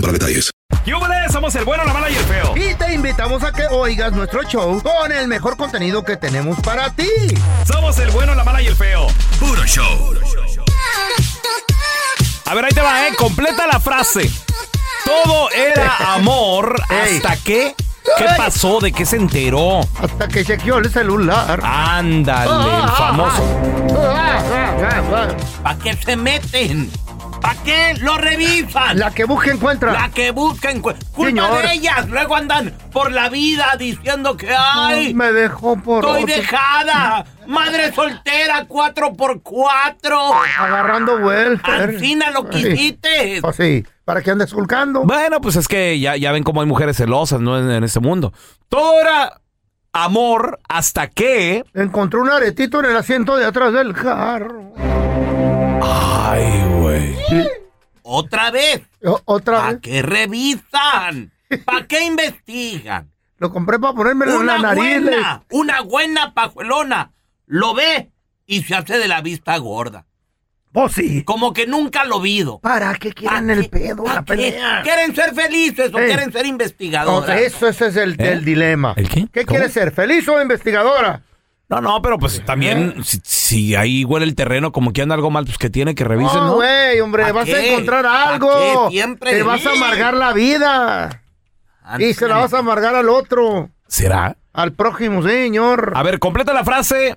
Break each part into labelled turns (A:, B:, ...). A: para detalles.
B: ¡Yúbales! Somos el bueno, la mala y el feo.
C: Y te invitamos a que oigas nuestro show con el mejor contenido que tenemos para ti.
B: Somos el bueno, la mala y el feo.
A: Puro show.
B: A ver, ahí te va, ¿eh? Completa la frase. Todo era amor
C: Ey.
B: hasta que... ¿Qué
C: Ey.
B: pasó? ¿De qué se enteró?
C: Hasta que chequeó el celular. Ah,
B: Ándale, el famoso.
D: ¿Para qué se meten? ¿Para qué lo revisan?
C: La que busca encuentra.
D: La que buscan. cu- Culpa
C: Señor.
D: de ellas. Luego andan por la vida diciendo que ay.
C: Me dejó por
D: Estoy
C: otro.
D: dejada. Madre soltera, cuatro por cuatro.
C: agarrando vueltas.
D: Alcina lo
C: Ay,
D: quisiste.
C: Pues sí, para que andes culcando.
B: Bueno, pues es que ya, ya ven cómo hay mujeres celosas, ¿no? En, en este mundo. Todo era amor hasta que...
C: Encontró un aretito en el asiento de atrás del carro.
B: Ay, güey.
D: Otra vez.
C: O- otra
D: ¿Para
C: vez.
D: qué revisan? ¿Para qué investigan?
C: Lo compré para ponérmelo en
D: Una
C: la nariz.
D: buena, una buena pajuelona lo ve y se hace de la vista gorda.
C: Pues sí.
D: Como que nunca lo vido.
C: ¿Para qué quieren el pedo,
D: ¿Para
C: la
D: qué?
B: Eh,
C: pelea?
D: ¿Quieren ser felices o
C: Ey.
D: quieren ser
C: O sea,
D: investigadoras?
C: eso ese es el,
B: ¿Eh?
C: el dilema.
B: ¿El qué? ¿Cómo?
C: quieres ser? ¿Feliz o investigadora?
B: No, no, pero pues también si, si ahí huele el terreno como que anda algo mal, pues que tiene que revisen,
C: No,
B: ¿no?
C: güey, hombre,
D: ¿Pa'
C: vas a
D: qué?
C: encontrar
D: ¿Pa'
C: algo.
D: qué? Siempre
C: Te
D: de
C: vas a
D: mí.
C: amargar la vida. Y se la vas a amargar al otro,
B: ¿Será?
C: al prójimo, señor.
B: A ver, completa la frase.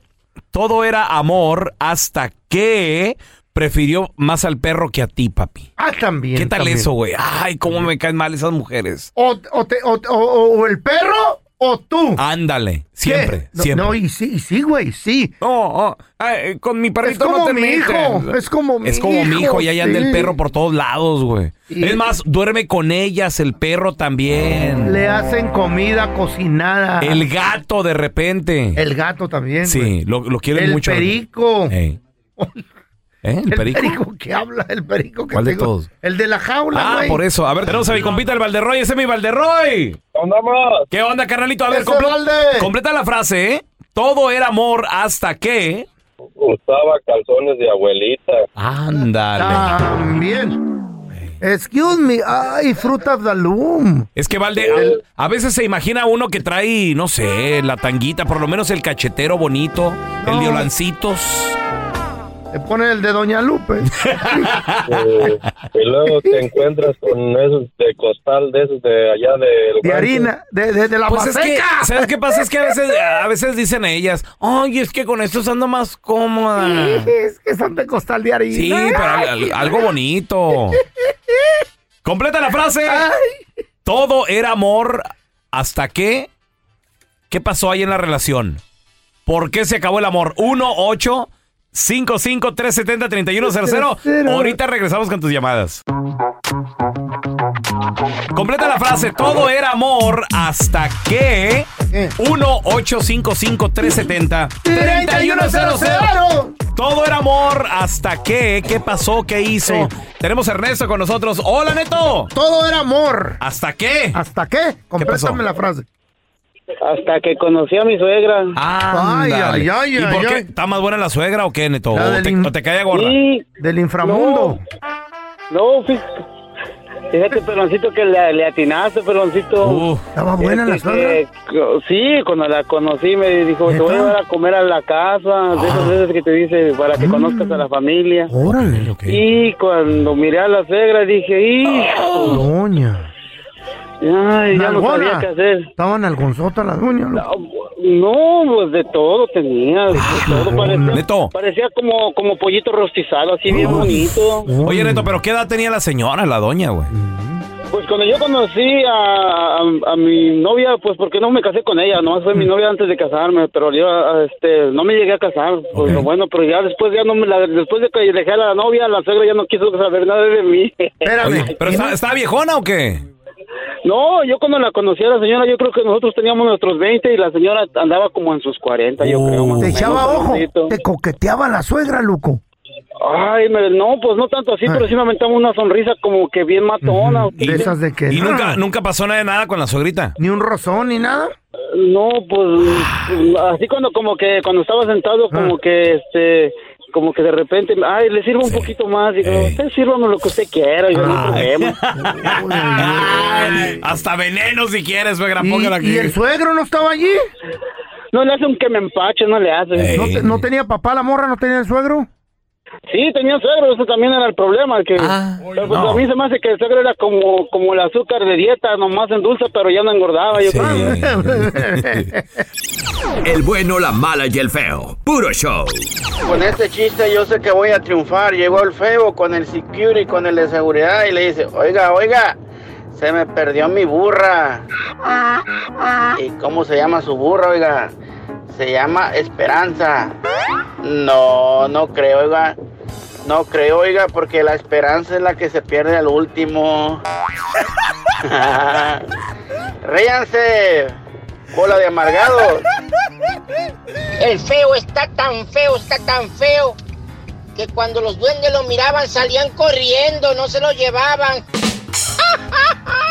B: Todo era amor hasta que prefirió más al perro que a ti, papi.
C: Ah, también.
B: ¿Qué tal
C: también.
B: eso, güey? Ay, cómo me caen mal esas mujeres.
C: O, o te- o- o- o el perro o tú.
B: Ándale,
C: ¿Qué?
B: siempre,
C: No,
B: siempre.
C: No, y sí, y sí, güey, sí.
B: No, oh, ay, con mi perrito
C: como
B: no te
C: mi
B: metas.
C: hijo, es como mi
B: Es como mi
C: hijo,
B: hijo, y ahí anda
C: sí.
B: el perro por todos lados, güey.
C: Y-
B: Es más, duerme con ellas, el perro también.
C: Le hacen comida cocinada.
B: El gato de repente.
C: El gato también.
B: sí,
C: Eh, güey.
B: lo, lo quieren
C: El
B: mucho.
C: perico.
B: Ey. ¿Eh? ¿El, perico?
C: que habla, el perico que
B: ¿Cuál de
C: tengo.
B: todos?
C: El de la jaula,
B: Ah,
C: güey.
B: por eso. A ver, tenemos a mi compita el Valderroy. Ese es mi Valderroy. ¿Qué onda, carnalito? A ver,
C: Ese
B: comple-
C: Valde.
B: completa la frase, ¿eh? Todo era amor hasta que...
E: usaba calzones de abuelita.
B: Ándale.
C: También. Excuse me, ay, Fruit of the Loom.
B: Es que Valde, a, a veces se imagina uno que trae, no sé, la tanguita, por lo menos el cachetero bonito, el
C: No.
B: violancitos.
C: Te pone el de Doña Lupe.
E: eh, y luego te encuentras con esos de costal de esos de allá del
C: De
E: rancho.
C: harina, de, de, de la
B: Pues es que,
C: maseca.
B: ¿sabes qué pasa? Es que a veces, a veces dicen ellas, ay, es que con estos ando más cómoda.
C: Es que son de costal de harina.
B: Sí, pero al- al- algo bonito. Completa la frase. Todo era amor hasta que... ¿Qué pasó ahí en la relación? ¿Por qué se acabó el amor? 1 8 55 370 3100 Ahorita regresamos con tus llamadas. Completa la frase. Todo era amor hasta que...
C: Eh.
B: 1 855 370 3100
C: 3100.
B: Todo era amor hasta que, ¿qué pasó? ¿Qué hizo? Tenemos a Ernesto con nosotros. Hola, Neto.
F: Todo era amor.
B: ¿Hasta qué?
C: ¿Hasta qué? Complétame la frase.
G: Hasta que conocí a mi suegra.
C: Ay, ay, ay,
B: ¿Y por
C: ay,
B: qué?
C: ay.
B: ¿Está más buena la suegra o qué, Neto?
C: La
B: ¿O
C: del
B: te,
C: in-
B: o te cae gorda?
G: Sí.
C: Del inframundo.
G: No, fí- fíjate, peloncito, que le, le atinaste, peloncito.
C: Estaba buena la
G: Este, que- co- sí, cuando la conocí me dijo, te voy a llevar a comer a la casa, de
C: Ah.
G: esas veces que te dice, para
C: Mm.
G: que conozcas a la familia.
C: Órale.
G: Y cuando miré a la suegra dije, hijo,
C: Doña.
G: ay, ya no sabía qué hacer.
C: Estaban al gonzota la doña. loco.
G: No, pues de todo tenía, de todo parecía,
B: Neto.
G: parecía como, como pollito rostizado, así bien bonito.
B: Oye, Neto, ¿pero qué edad tenía la señora, la doña, güey?
G: Pues cuando yo conocí a, a- a mi novia, pues porque no me casé con ella, nomás
C: Mm.
G: fue mi novia antes de casarme, pero yo ah, este, no me llegué a casar, pues lo bueno, pero ya después ya no me la- después de que dejé a la novia, la suegra ya no quiso saber nada de mí.
B: Oye, ¿Pero está, está viejona o qué?
G: No, yo cuando la conocí a la señora, yo creo que nosotros teníamos nuestros 20 y la señora andaba como en sus 40, yo creo. más o
C: Te
G: menos,
C: echaba ojo.
G: tantito.
C: Te coqueteaba la suegra, loco.
G: Ay, me- no, pues no tanto así, pero sí me aventaba una sonrisa como que bien matona.
C: De esas de que.
B: ¿Y nunca, nunca pasó nada de nada con la suegrita?
C: Ni un rozón, ni nada.
G: No, pues así cuando como que cuando estaba sentado
C: Ah.
G: como que este como que de repente, ay, le sirvo un poquito más, digo,
C: Eh.
G: usted sírvame lo que usted quiera, digo,
C: Ah.
G: no hay problema.
B: Hasta veneno si quieres, suegra,
C: ¿Y,
B: póngala aquí.
C: y el suegro no estaba allí?
G: No le hace un que me empache, no le hace.
C: ¿No, te- no tenía papá la morra? ¿No tenía el suegro?
G: Sí, tenía suegro, eso también era el problema, el que pero pues, a mí se me hace que el suegro era como como el azúcar de dieta, nomás en dulce, pero ya no engordaba, yo creo.
H: El bueno, la mala y el feo. Puro show.
I: Con este chiste yo sé que voy a triunfar. Llegó el feo con el security, con el de seguridad y le dice, oiga, oiga, se me perdió mi burra. ¿Y cómo se llama su burra, oiga? Se llama Esperanza. No, no creo, oiga. No creo, oiga, porque la esperanza es la que se pierde al último. Ríanse, bola de amargados.
J: El feo está tan feo, está tan feo, que cuando los duendes lo miraban salían corriendo, no se lo llevaban.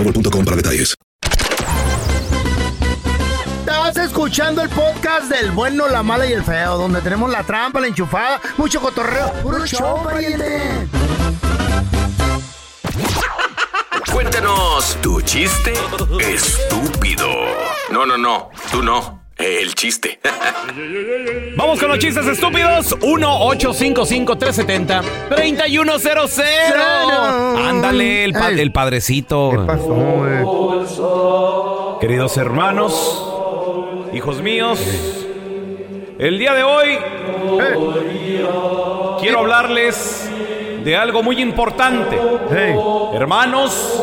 A: para detalles.
C: Estás escuchando el podcast del bueno, la mala y el feo, donde tenemos la trampa, la enchufada, mucho cotorreo. ¡Puro show, pariente!
K: Cuéntanos tu chiste estúpido. No, no, no. Tú no. El chiste.
B: Vamos con los chistes estúpidos. 1-855-370-3100. Ándale, el, pa- el padrecito. Queridos hermanos, hijos míos, el día de hoy quiero hablarles de algo muy importante. Hermanos,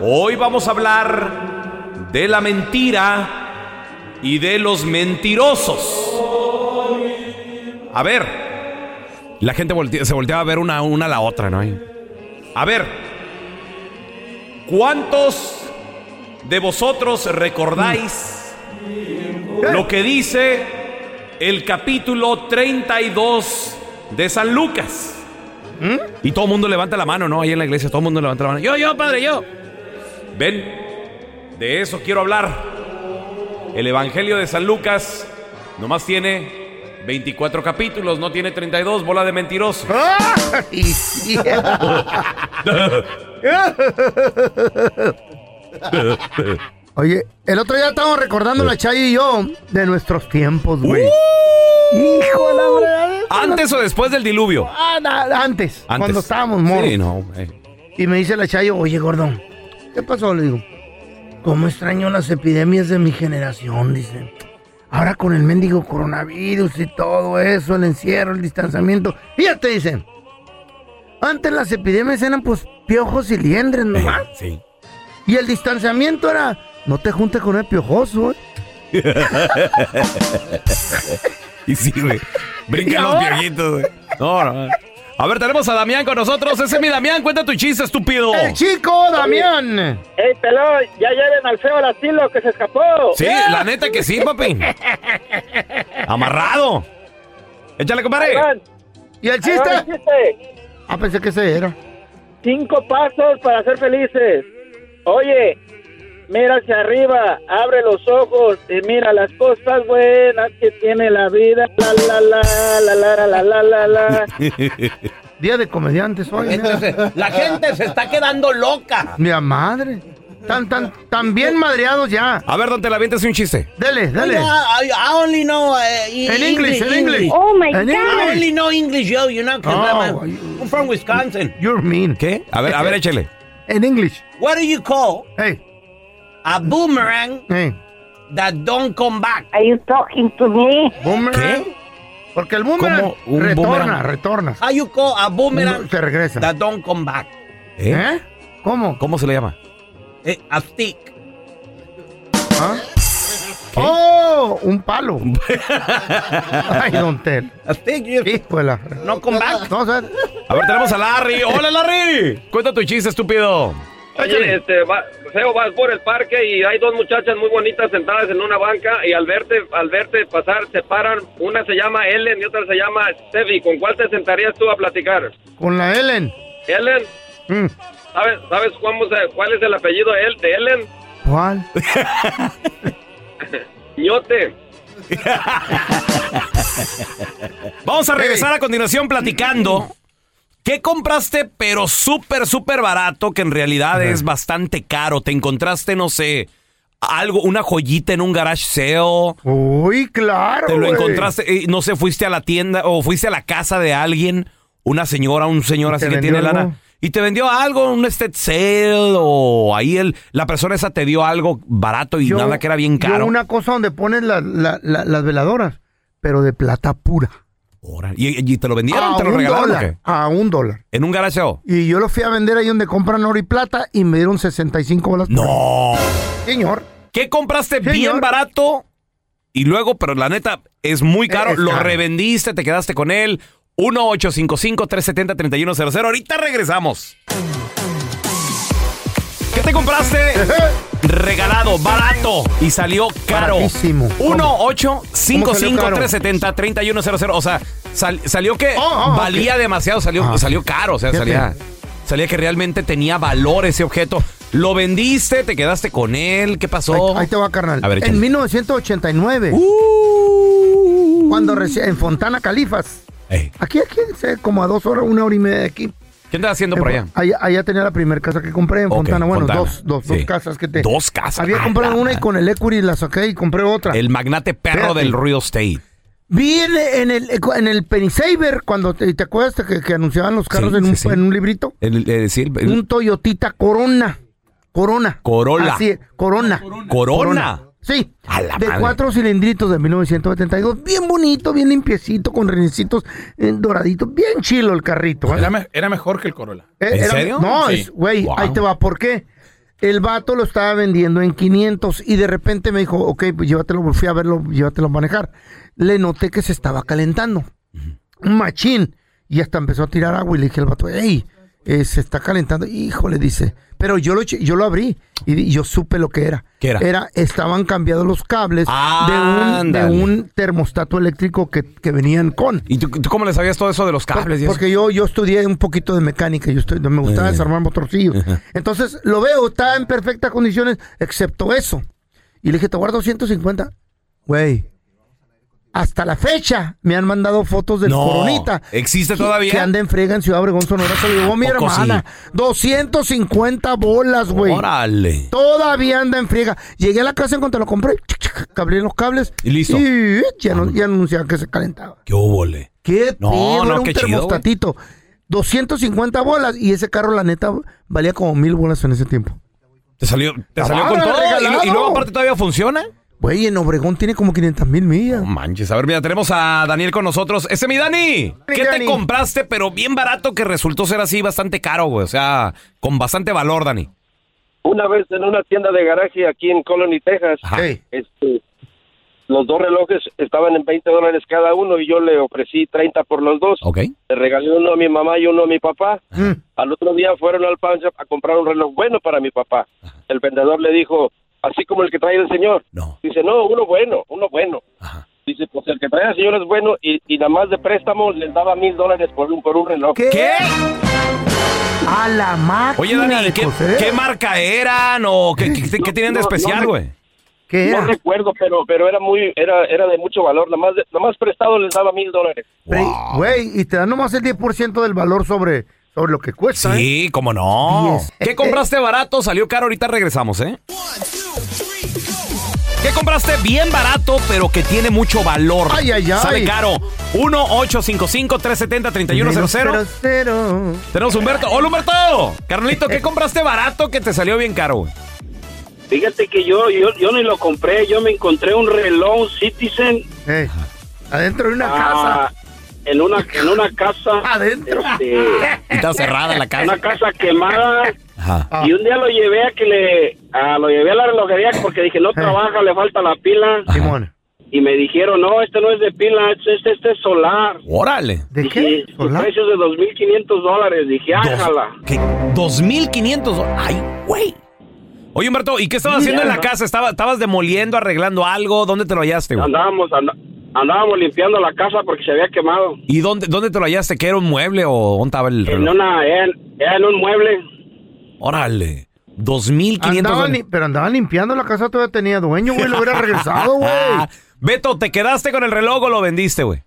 B: hoy vamos a hablar de la mentira y de los mentirosos. A ver. La gente voltea- se volteaba a ver una, una a la otra, ¿no? Y- A ver. ¿Cuántos de vosotros recordáis lo que dice el capítulo 32 de San Lucas? Y todo el mundo levanta la mano, ¿no? Ahí en la iglesia todo el mundo levanta la mano. Yo, yo, padre, yo. Ven, de eso quiero hablar. El Evangelio de San Lucas nomás tiene 24 capítulos, no tiene 32, bola de mentiroso.
C: ¡Ah! Oye, el otro día estábamos recordando la Chay y yo de nuestros tiempos, güey.
B: ¡Uh!
C: Hijo de la verdad.
B: ¿Antes o después del diluvio?
C: Ah, na- antes,
B: Antes.
C: cuando estábamos morros.
B: Sí, no, eh.
C: Y me dice la Chayo, oye, gordón, ¿qué pasó? Le digo, ¿cómo extraño las epidemias de mi generación? Dice, ahora con el mendigo coronavirus y todo eso, el encierro, el distanciamiento. Fíjate, dice, antes las epidemias eran pues piojos y liendres nomás.
B: Sí.
C: Y el distanciamiento era, no te juntes con el piojoso, ¿eh?
B: y sí, güey.
C: ¿Y
B: Brincan los
C: ahora?
B: viejitos, güey. No, no. A ver, tenemos a Damián con nosotros. Ese es mi Damián. Cuenta tu chiste, estúpido.
C: ¡El chico Damián!
F: ¡Ey, pelón! ¡Ya lleven al feo al asilo que se escapó!
B: Sí, la neta que sí, papi. Amarrado. Échale, compadre.
C: ¿Y el chiste? Ah, pensé que ese era.
F: Cinco pasos para ser felices. Oye, mira hacia arriba, abre los ojos y mira las cosas buenas que tiene la vida. La, la, la, la, la, la, la, la, la.
C: Día de comediantes hoy.
B: Eh,
C: mira.
D: La gente se está quedando loca.
C: Mi madre. Tan, tan, tan bien madreados ya.
B: A ver, don Te la avientes un chiste.
C: Dele, dele.
D: I, I only know uh, e-
C: In English, in English.
D: Oh my
C: In
D: god. I
C: English.
D: only know English, yo, you know, 'cause
C: Oh,
D: I'm, a- I'm from Wisconsin.
C: You're mean.
B: ¿Qué? A ver, a ver, échale.
C: En English.
D: What do you call a boomerang that don't come back? Are you talking to me?
C: Boomerang? Porque el boomerang
D: ¿Cómo un
C: retorna,
D: boomerang?
C: retorna.
D: How you call a boomerang
C: Se regresa.
D: that don't come back?
B: ¿Eh?
C: ¿Cómo?
B: ¿Cómo se le llama?
D: Eh, a stick.
C: ¿Ah? ¡Oh! Un palo. Ay, don Tel. Híjole.
D: No come back.
C: No, o sea,
B: A ver, tenemos a Larry. ¡Hola, Larry! Cuenta tu chiste, estúpido.
E: Oye, este, va, Feo, vas por el parque y hay dos muchachas muy bonitas sentadas en una banca y al verte, al verte pasar se paran. Una se llama Ellen y otra se llama Steffi. ¿Con cuál te sentarías tú a platicar?
C: con la Ellen.
E: Ellen,
C: Mm,
E: ¿sabes, sabes cómo se- cuál es el apellido de, él, de Ellen?
C: ¿Cuál?
E: Ñote.
B: Vamos a regresar a continuación platicando. ¿Qué compraste pero súper, súper barato que en realidad es bastante caro? ¿Te encontraste, no sé, algo, una joyita en un garage sale?
C: Uy, claro.
B: ¿Te lo
C: güey.
B: encontraste, eh, no sé, fuiste a la tienda o fuiste a la casa de alguien, una señora, un señor
C: ¿Y
B: así
C: te
B: que
C: vendió
B: tiene
C: algo?
B: lana? Y te vendió algo, un estate sale o ahí el, la persona esa te dio algo barato y
C: Yo-
B: nada que era bien
C: yo
B: caro.
C: una cosa donde pones la- la- la- las veladoras, pero de plata pura.
B: Ora, ¿Y, y te lo vendieron?
C: A
B: ¿Te lo
C: Ah, un
B: regalaron? o
C: dólar,
B: qué?
C: A un dólar.
B: ¿En un garage sale?
C: Y yo lo fui a vender ahí donde compran oro y plata y me dieron 65 dólares.
B: No.
C: Señor.
B: ¿Qué compraste
C: Señor.
B: bien barato? Y luego, pero la neta, es muy caro.
C: Es
B: lo
C: caro.
B: revendiste, te quedaste con él. 1-855-370-3100. Ahorita regresamos. ¿Qué te compraste? Regalado, barato y salió caro.
C: Baratísimo. ¿Cómo salió
B: 1-855-370-3100. O sea, sal- salió que
C: Oh, oh,
B: valía
C: ok.
B: demasiado, salió,
C: Ah,
B: salió caro. O sea,
C: fíjate.
B: salía, salía que realmente tenía valor ese objeto. Lo vendiste, te quedaste con él. ¿Qué pasó?
C: Ahí, ahí te va, carnal.
B: A ver, échale.
C: en 1989,
B: Uh.
C: cuando reci- en Fontana Califas, aquí, aquí, sé, como a dos horas, una hora y media de aquí.
B: ¿Qué andas haciendo por
C: En-
B: allá?
C: Allá, allá tenía la primera casa que compré en
B: Ok,
C: Fontana. Eh, Bueno,
B: Fontana.
C: dos, dos,
B: Sí.
C: dos casas que te.
B: Dos casas.
C: Había
B: Ah,
C: comprado
B: la
C: una y con el Equity la saqué y compré otra.
B: El magnate perro
C: Espérate.
B: del real estate.
C: Vi en, en el en el Penny Saver cuando te, te acuerdas que, que anunciaban los carros
B: Sí,
C: en, un,
B: sí, sí.
C: en un librito,
B: El, el- sí, el- el-
C: un Toyotita Corona. Corona.
B: Corolla.
C: Así es, Corona.
B: Corona.
C: Sí.
B: la
C: de
B: madre.
C: cuatro cilindritos de 1972. Bien bonito, bien limpiecito, con renecitos eh, doraditos. Bien chilo el carrito. ¿eh? ¿vale?
L: Era, me- era mejor que el Corolla.
C: Eh, era- No, es- güey, ahí te va. ¿Por qué? El vato lo estaba vendiendo en 500 y de repente me dijo, ok, pues llévatelo, fui a verlo, llévatelo a manejar. Le noté que se estaba calentando. Machín. Y hasta empezó a tirar agua y le dije al vato, hey, se está calentando. Híjole, dice. Pero yo lo, che- yo lo abrí y di- yo supe lo que era.
B: ¿Qué era?
C: estaban cambiados los cables de, un, de
B: Ándale.
C: un termostato eléctrico que, que venían con.
B: ¿Y tú, tú cómo le sabías todo eso de los cables? y eso?
C: Porque yo, yo estudié un poquito de mecánica, yo estu- me gustaba
B: Eh.
C: desarmar motorcillos. Entonces lo veo, está en perfectas condiciones, excepto eso. Y le dije, te guardo 150. Güey, hasta la fecha me han mandado fotos del
B: No,
C: coronita.
B: ¿existe
C: que-
B: todavía?
C: Que anda en frega en Ciudad Obregón, Sonora. Se lo llevó mi
B: ¿A poco
C: hermana. 250 bolas, güey.
B: Órale.
C: Todavía anda en friega. Llegué a la casa en cuanto lo compré, chic, chic, abrí los cables.
B: Y listo.
C: Y ya, no- ya anunciaban que se calentaba.
B: ¡Qué óvole!
C: ¿Qué
B: No,
C: pedo?
B: no,
C: Era un
B: qué chido,
C: termostatito. 250 bolas. Y ese carro, la neta, valía como mil bolas en ese tiempo.
B: Te salió, te
C: Ah,
B: salió con todo. y lo- Y, luego
C: regalado.
B: aparte todavía funciona.
C: Güey, en Obregón tiene como 500 mil millas.
B: Manches, a ver, mira, tenemos a Daniel con nosotros. Ese mi Dani. ¿Qué te
C: Dani.
B: compraste? Pero bien barato que resultó ser así bastante caro, güey. O sea, con bastante valor, Dani.
E: Una vez en una tienda de garaje aquí en Colony, Texas, este, los dos relojes estaban en 20 dólares cada uno y yo le ofrecí 30 por los dos. Le regalé uno a mi mamá y uno a mi papá.
C: Mm.
E: Al otro día fueron al pawn shop a comprar un reloj bueno para mi papá. El vendedor le dijo, así como el que trae el señor. Dice, no, uno bueno, uno bueno. Dice, pues el que trae el señor es bueno y, y nada más de préstamo les daba mil dólares por un, por un reloj.
B: ¿Qué? Ah,
C: A la máquina
B: Oye, Dani,
C: de
B: ¿qué,
C: coser.
B: qué marca eran o qué, qué- qué tenían
E: pues, eh. No, no
B: de especial,
E: me-
B: güey?
C: ¿Qué
E: No recuerdo, pero pero era muy era era de mucho valor. Nada más, de- nada más prestado les daba mil dólares.
C: Pre- Güey, y te dan nomás el 10% del valor sobre, sobre lo que cuesta. ¿eh?
B: Sí, cómo no.
C: Diez. Eh,
B: ¿Qué compraste barato? Salió caro, ahorita regresamos, ¿eh? ¿Qué compraste bien barato, pero que tiene mucho valor?
C: Ay, ay, ay.
B: Sale caro. 1-855-370-3100.
C: Cero.
B: Tenemos a Humberto. ¡Hola, Humberto! Carnalito,
C: Eh,
B: ¿qué compraste barato que te salió bien caro? güey?
L: Fíjate que yo, yo, yo ni lo compré, yo me encontré un reloj Citizen.
C: adentro de una
B: Ah.
L: casa. Ah, En una, en una casa. Adentro.
B: Está cerrada la casa.
L: Una casa quemada.
C: Ah,
L: Y un día lo llevé a que le, a, lo llevé a la relojería porque dije, no trabaja, le falta la pila.
B: Ah,
L: Y me dijeron, no, este no es de pila, este, este, este es solar.
B: Órale.
C: ¿De
L: qué? Precios de 2.500 dólares. Dije, "Ah, ájala.
B: ¿Qué? 2500 do- Ay, güey. Oye, Humberto, ¿y qué estabas haciendo en la casa? ¿Estaba, ¿Estabas demoliendo, arreglando algo? ¿Dónde te lo hallaste, güey?
L: Andábamos, anda- andábamos limpiando la casa porque se había quemado.
B: ¿Y dónde, dónde te lo hallaste? ¿Que era un mueble o dónde estaba el
L: En
B: reloj?
L: una, en, en un mueble.
B: Órale. 2500
C: Andaban
B: dólares.
C: li- pero andaban limpiando la casa, todavía tenía dueño, güey. Lo hubiera regresado, güey.
B: Beto, ¿te quedaste con el reloj o lo vendiste, güey?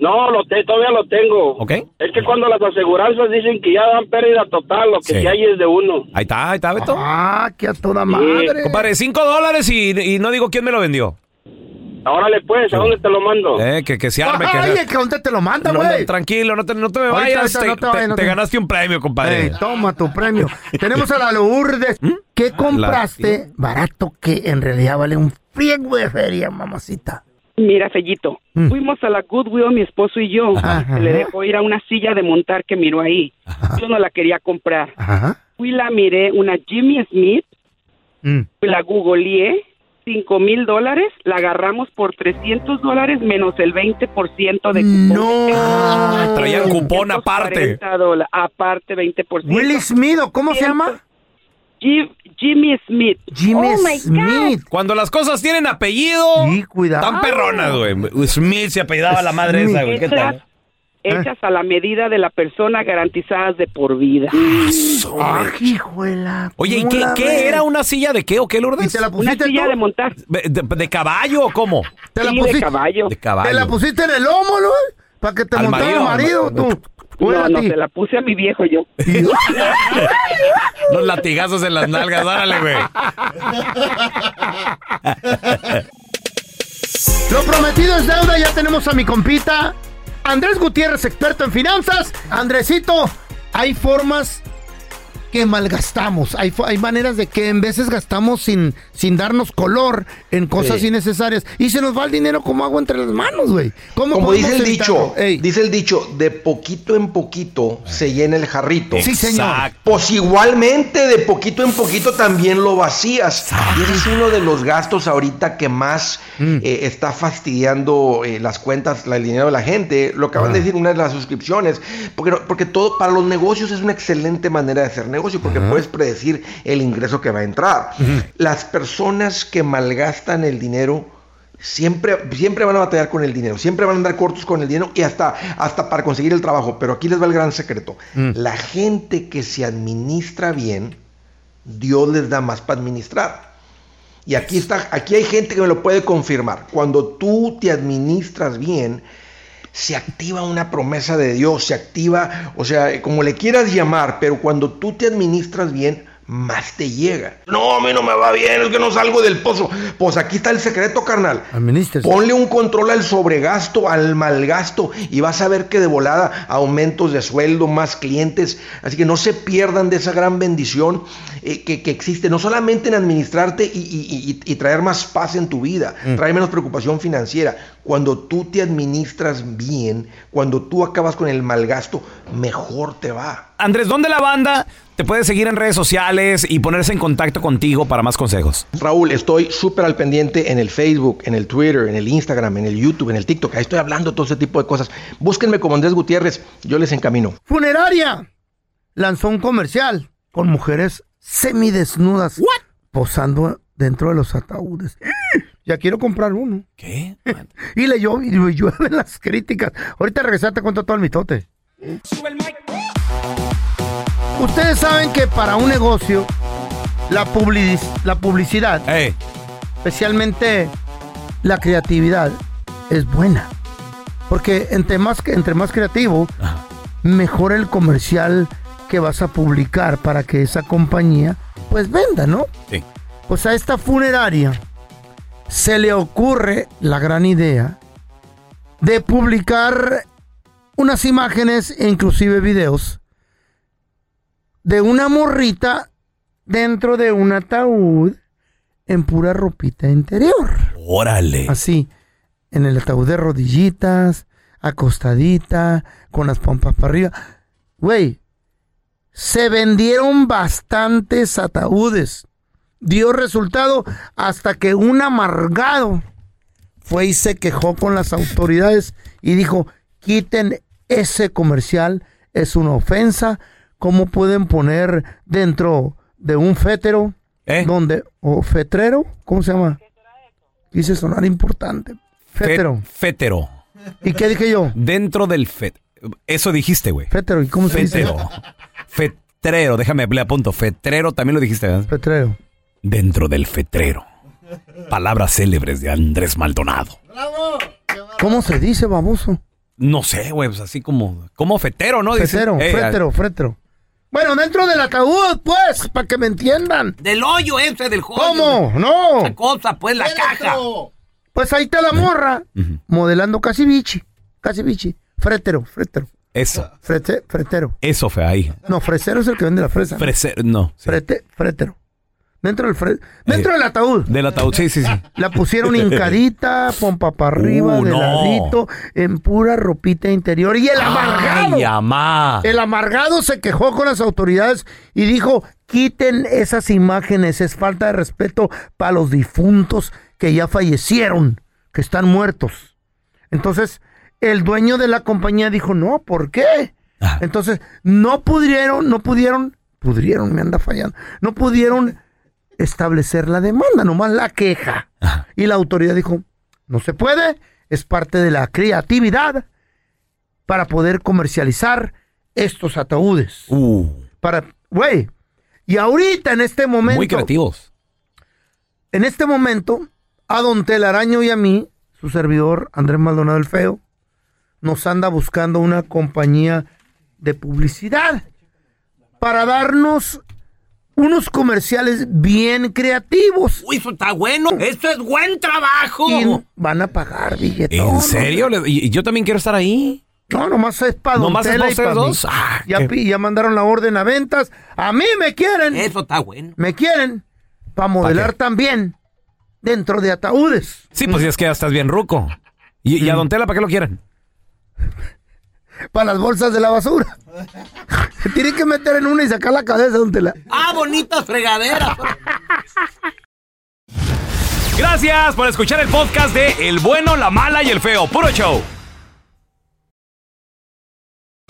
L: No, lo te- todavía lo tengo.
B: ¿Ok?
L: Es que cuando las aseguranzas dicen que ya dan pérdida total, lo que
B: Sí.
L: sí hay es de uno.
B: Ahí está, ahí está, Beto.
C: Ah, que a toda
L: madre.
B: Compadre, 5 dólares y, y no digo quién me lo vendió.
L: Órale, pues, ¿a dónde te lo mando?
B: Eh, que, que se arme. que-
C: Ay, ¿a dónde te lo manda,
B: No, no,
C: güey?
B: tranquilo, no te, no te me
C: Ahorita,
B: vayas. te,
C: ahorita, no te vayas, no
B: te-
C: te-
B: te ganaste un premio, compadre. ¿Mm?
C: Ey, toma tu premio. Tenemos a la Lourdes. ¿Qué compraste barato que en realidad vale un friego de feria, mamacita?
M: Mira, Fellito, fuimos a la Goodwill, mi esposo y yo.
C: Mm. Ajá.
M: Le dejó ir a una silla de montar que miró ahí. Yo no la quería comprar.
C: Ajá.
M: Fui la miré, una Jimmy Smith,
L: Mm.
M: fui la googleé, cinco mil dólares, la agarramos por 300 dólares menos el 20% de cupón. ¡No!
B: Ah, Traían cupón aparte.
M: aparte 20%.
C: Will Smith, ¿o ¿cómo se llama?
M: Jimmy Smith.
C: Jimmy
M: Oh, my God.
C: Smith.
B: Cuando las cosas tienen apellido, tan perronas, güey. Smith se apellidaba la madre esa, güey. ¿Qué tal?
M: Hechas a la medida de la persona garantizadas de por vida.
B: Ah,
C: hijuela.
B: Oye, ¿y qué, qué era una silla de qué o qué, Lourdes?
M: la pusiste Una silla tú? de montar.
B: ¿De, de caballo o cómo?
C: ¿Te la Sí, de pusiste- caballo.
B: De caballo.
C: ¿Te la pusiste en el lomo, ¿no? Para que te
B: Al
C: montara el
B: marido,
C: marido,
B: al-
C: tú.
M: No, no, se la puse a mi viejo yo.
B: Los latigazos en las nalgas, árale, güey.
C: Lo prometido es deuda, ya tenemos a mi compita Andrés Gutiérrez, experto en finanzas. Andresito, hay formas que malgastamos. Hay, fo- hay maneras de que en veces gastamos sin, sin darnos color en cosas
N: Sí.
C: innecesarias. Y se nos va el dinero como agua entre las manos, güey. ¿Cómo
N: Como
C: podemos
N: dice el
C: evitarlo?
N: dicho, dice el dicho, de poquito en poquito se llena el jarrito.
C: Sí, señor. Exacto.
N: Pues igualmente, de poquito en poquito también lo vacías. Y ese es uno de los gastos ahorita que más
C: Mm.
N: eh, está fastidiando eh, las cuentas, la- el dinero de la gente. Lo acaban
C: Ah.
N: de decir una de las suscripciones. Porque, no- porque todo para los negocios es una excelente manera de hacer negocio, porque puedes predecir el ingreso que va a entrar. Las personas que malgastan el dinero Siempre, siempre van a batallar con el dinero, siempre van a andar cortos con el dinero y hasta, hasta para conseguir el trabajo. Pero aquí les va el gran secreto.
O: Mm.
N: La gente que se administra bien, Dios les da más para administrar. Y aquí está, aquí hay gente que me lo puede confirmar. Cuando tú te administras bien, se activa una promesa de Dios, se activa, o sea, como le quieras llamar, pero cuando tú te administras bien, más te llega. No, a mí no me va bien, es que no salgo del pozo. Pues aquí está el secreto, carnal. Ponle un control al sobregasto, al malgasto, y vas a ver que de volada aumentos de sueldo, más clientes. Así que no se pierdan de esa gran bendición eh, que, que existe, no solamente en administrarte y, y- y- y traer más paz en tu vida, traer menos preocupación financiera. Cuando tú te administras bien, cuando tú acabas con el malgasto, mejor te va.
B: Andrés, ¿dónde la banda te puede seguir en redes sociales y ponerse en contacto contigo para más consejos?
N: Raúl, estoy súper al pendiente en el Facebook, en el Twitter, en el Instagram, en el YouTube, en el TikTok. Ahí estoy hablando todo ese tipo de cosas. Búsquenme como Andrés Gutiérrez, yo les encamino.
C: Funeraria lanzó un comercial con mujeres semidesnudas posando dentro de los ataúdes. Ya quiero comprar uno.
B: ¿Qué?
C: y le llueve, y le llueven las críticas. Ahorita regresate con todo el mitote. Ustedes saben que para un negocio, la, public- la publicidad, especialmente la creatividad, es buena. Porque entre más, entre más creativo, mejor el comercial que vas a publicar para que esa compañía pues venda, ¿no?
B: Sí.
C: Pues a esta funeraria se le ocurre la gran idea de publicar unas imágenes e inclusive videos de una morrita dentro de un ataúd en pura ropita interior.
B: Órale.
C: Así, en el ataúd de rodillitas, acostadita, con las pompas para arriba. Güey, se vendieron bastantes ataúdes. Dio resultado hasta que un amargado fue y se quejó con las autoridades y dijo, quiten ese comercial, es una ofensa. ¿Cómo pueden poner dentro de un fétero? Donde, o fetrero, ¿cómo se llama? Quise sonar importante. Fétero.
B: Fe- Fétero.
C: ¿Y qué dije yo?
B: Dentro del fet. Eso dijiste, güey.
C: Fétero, ¿y cómo se dice?
B: Fétero. Fetrero, déjame, le apunto. Fetrero también lo dijiste, ¿verdad?
C: Fetrero.
B: Dentro del fetrero. Palabras célebres de Andrés Maldonado.
C: ¿Cómo se dice, baboso?
B: No sé, güey, pues así como. Como fetero, ¿no? Dices,
C: Fétero,
B: eh,
C: fétero, fétero. Bueno, dentro del ataúd, pues, para que me entiendan.
B: Del hoyo ese, del hoyo.
C: ¿Cómo? No.
B: La cosa, pues, la caja.
C: Pues ahí está la morra, modelando casi bichi, casi bichi. Fretero, fretero.
B: Eso.
C: Frete, fretero.
B: Eso fue ahí.
C: No, fresero es el que vende la fresa. ¿no?
B: Frese- no. sí.
C: Frete, fretero. Dentro del fre- dentro del ataúd.
B: Del ataúd, sí, sí, sí.
C: La pusieron hincadita, pompa para arriba,
B: Uh,
C: de
B: no.
C: ladito, en pura ropita interior. Y el amargado.
B: Ay, amá.
C: El amargado se quejó con las autoridades y dijo, quiten esas imágenes, es falta de respeto para los difuntos que ya fallecieron, que están muertos. Entonces, el dueño de la compañía dijo, no, ¿por qué? Entonces, no pudieron, no pudieron, pudieron, me anda fallando, no pudieron establecer la demanda, nomás la queja. Y la autoridad dijo, no se puede, es parte de la creatividad para poder comercializar estos ataúdes.
B: Uh.
C: Para, güey, y ahorita en este momento...
B: Muy creativos.
C: En este momento, a Don Telaraño y a mí, su servidor Andrés Maldonado el Feo, nos anda buscando una compañía de publicidad para darnos unos comerciales bien creativos.
B: Uy, eso está bueno. Eso es buen trabajo.
C: Y van a pagar billetes.
B: ¿En serio? Le- Y, y yo también quiero estar ahí.
C: No, nomás es para
P: ¿Nomás es
C: Tela
P: para
C: y para
P: ustedes
C: mí.
P: dos? Ah,
C: ya,
P: qué-
C: pi- ya mandaron la orden a ventas. A mí me quieren.
Q: Eso está bueno.
C: Me quieren para modelar también dentro de ataúdes.
P: Sí, pues si es que ya estás bien ruco. ¿Y, y a Don Tela para qué lo quieren?
C: Para las bolsas de la basura. Se tienen que meter en una y sacar la cabeza donde la...
Q: Ah, bonitas fregaderas.
P: Gracias por escuchar el podcast de El bueno, la mala y el feo. Puro show.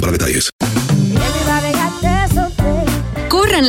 A: para detalles.
R: Corran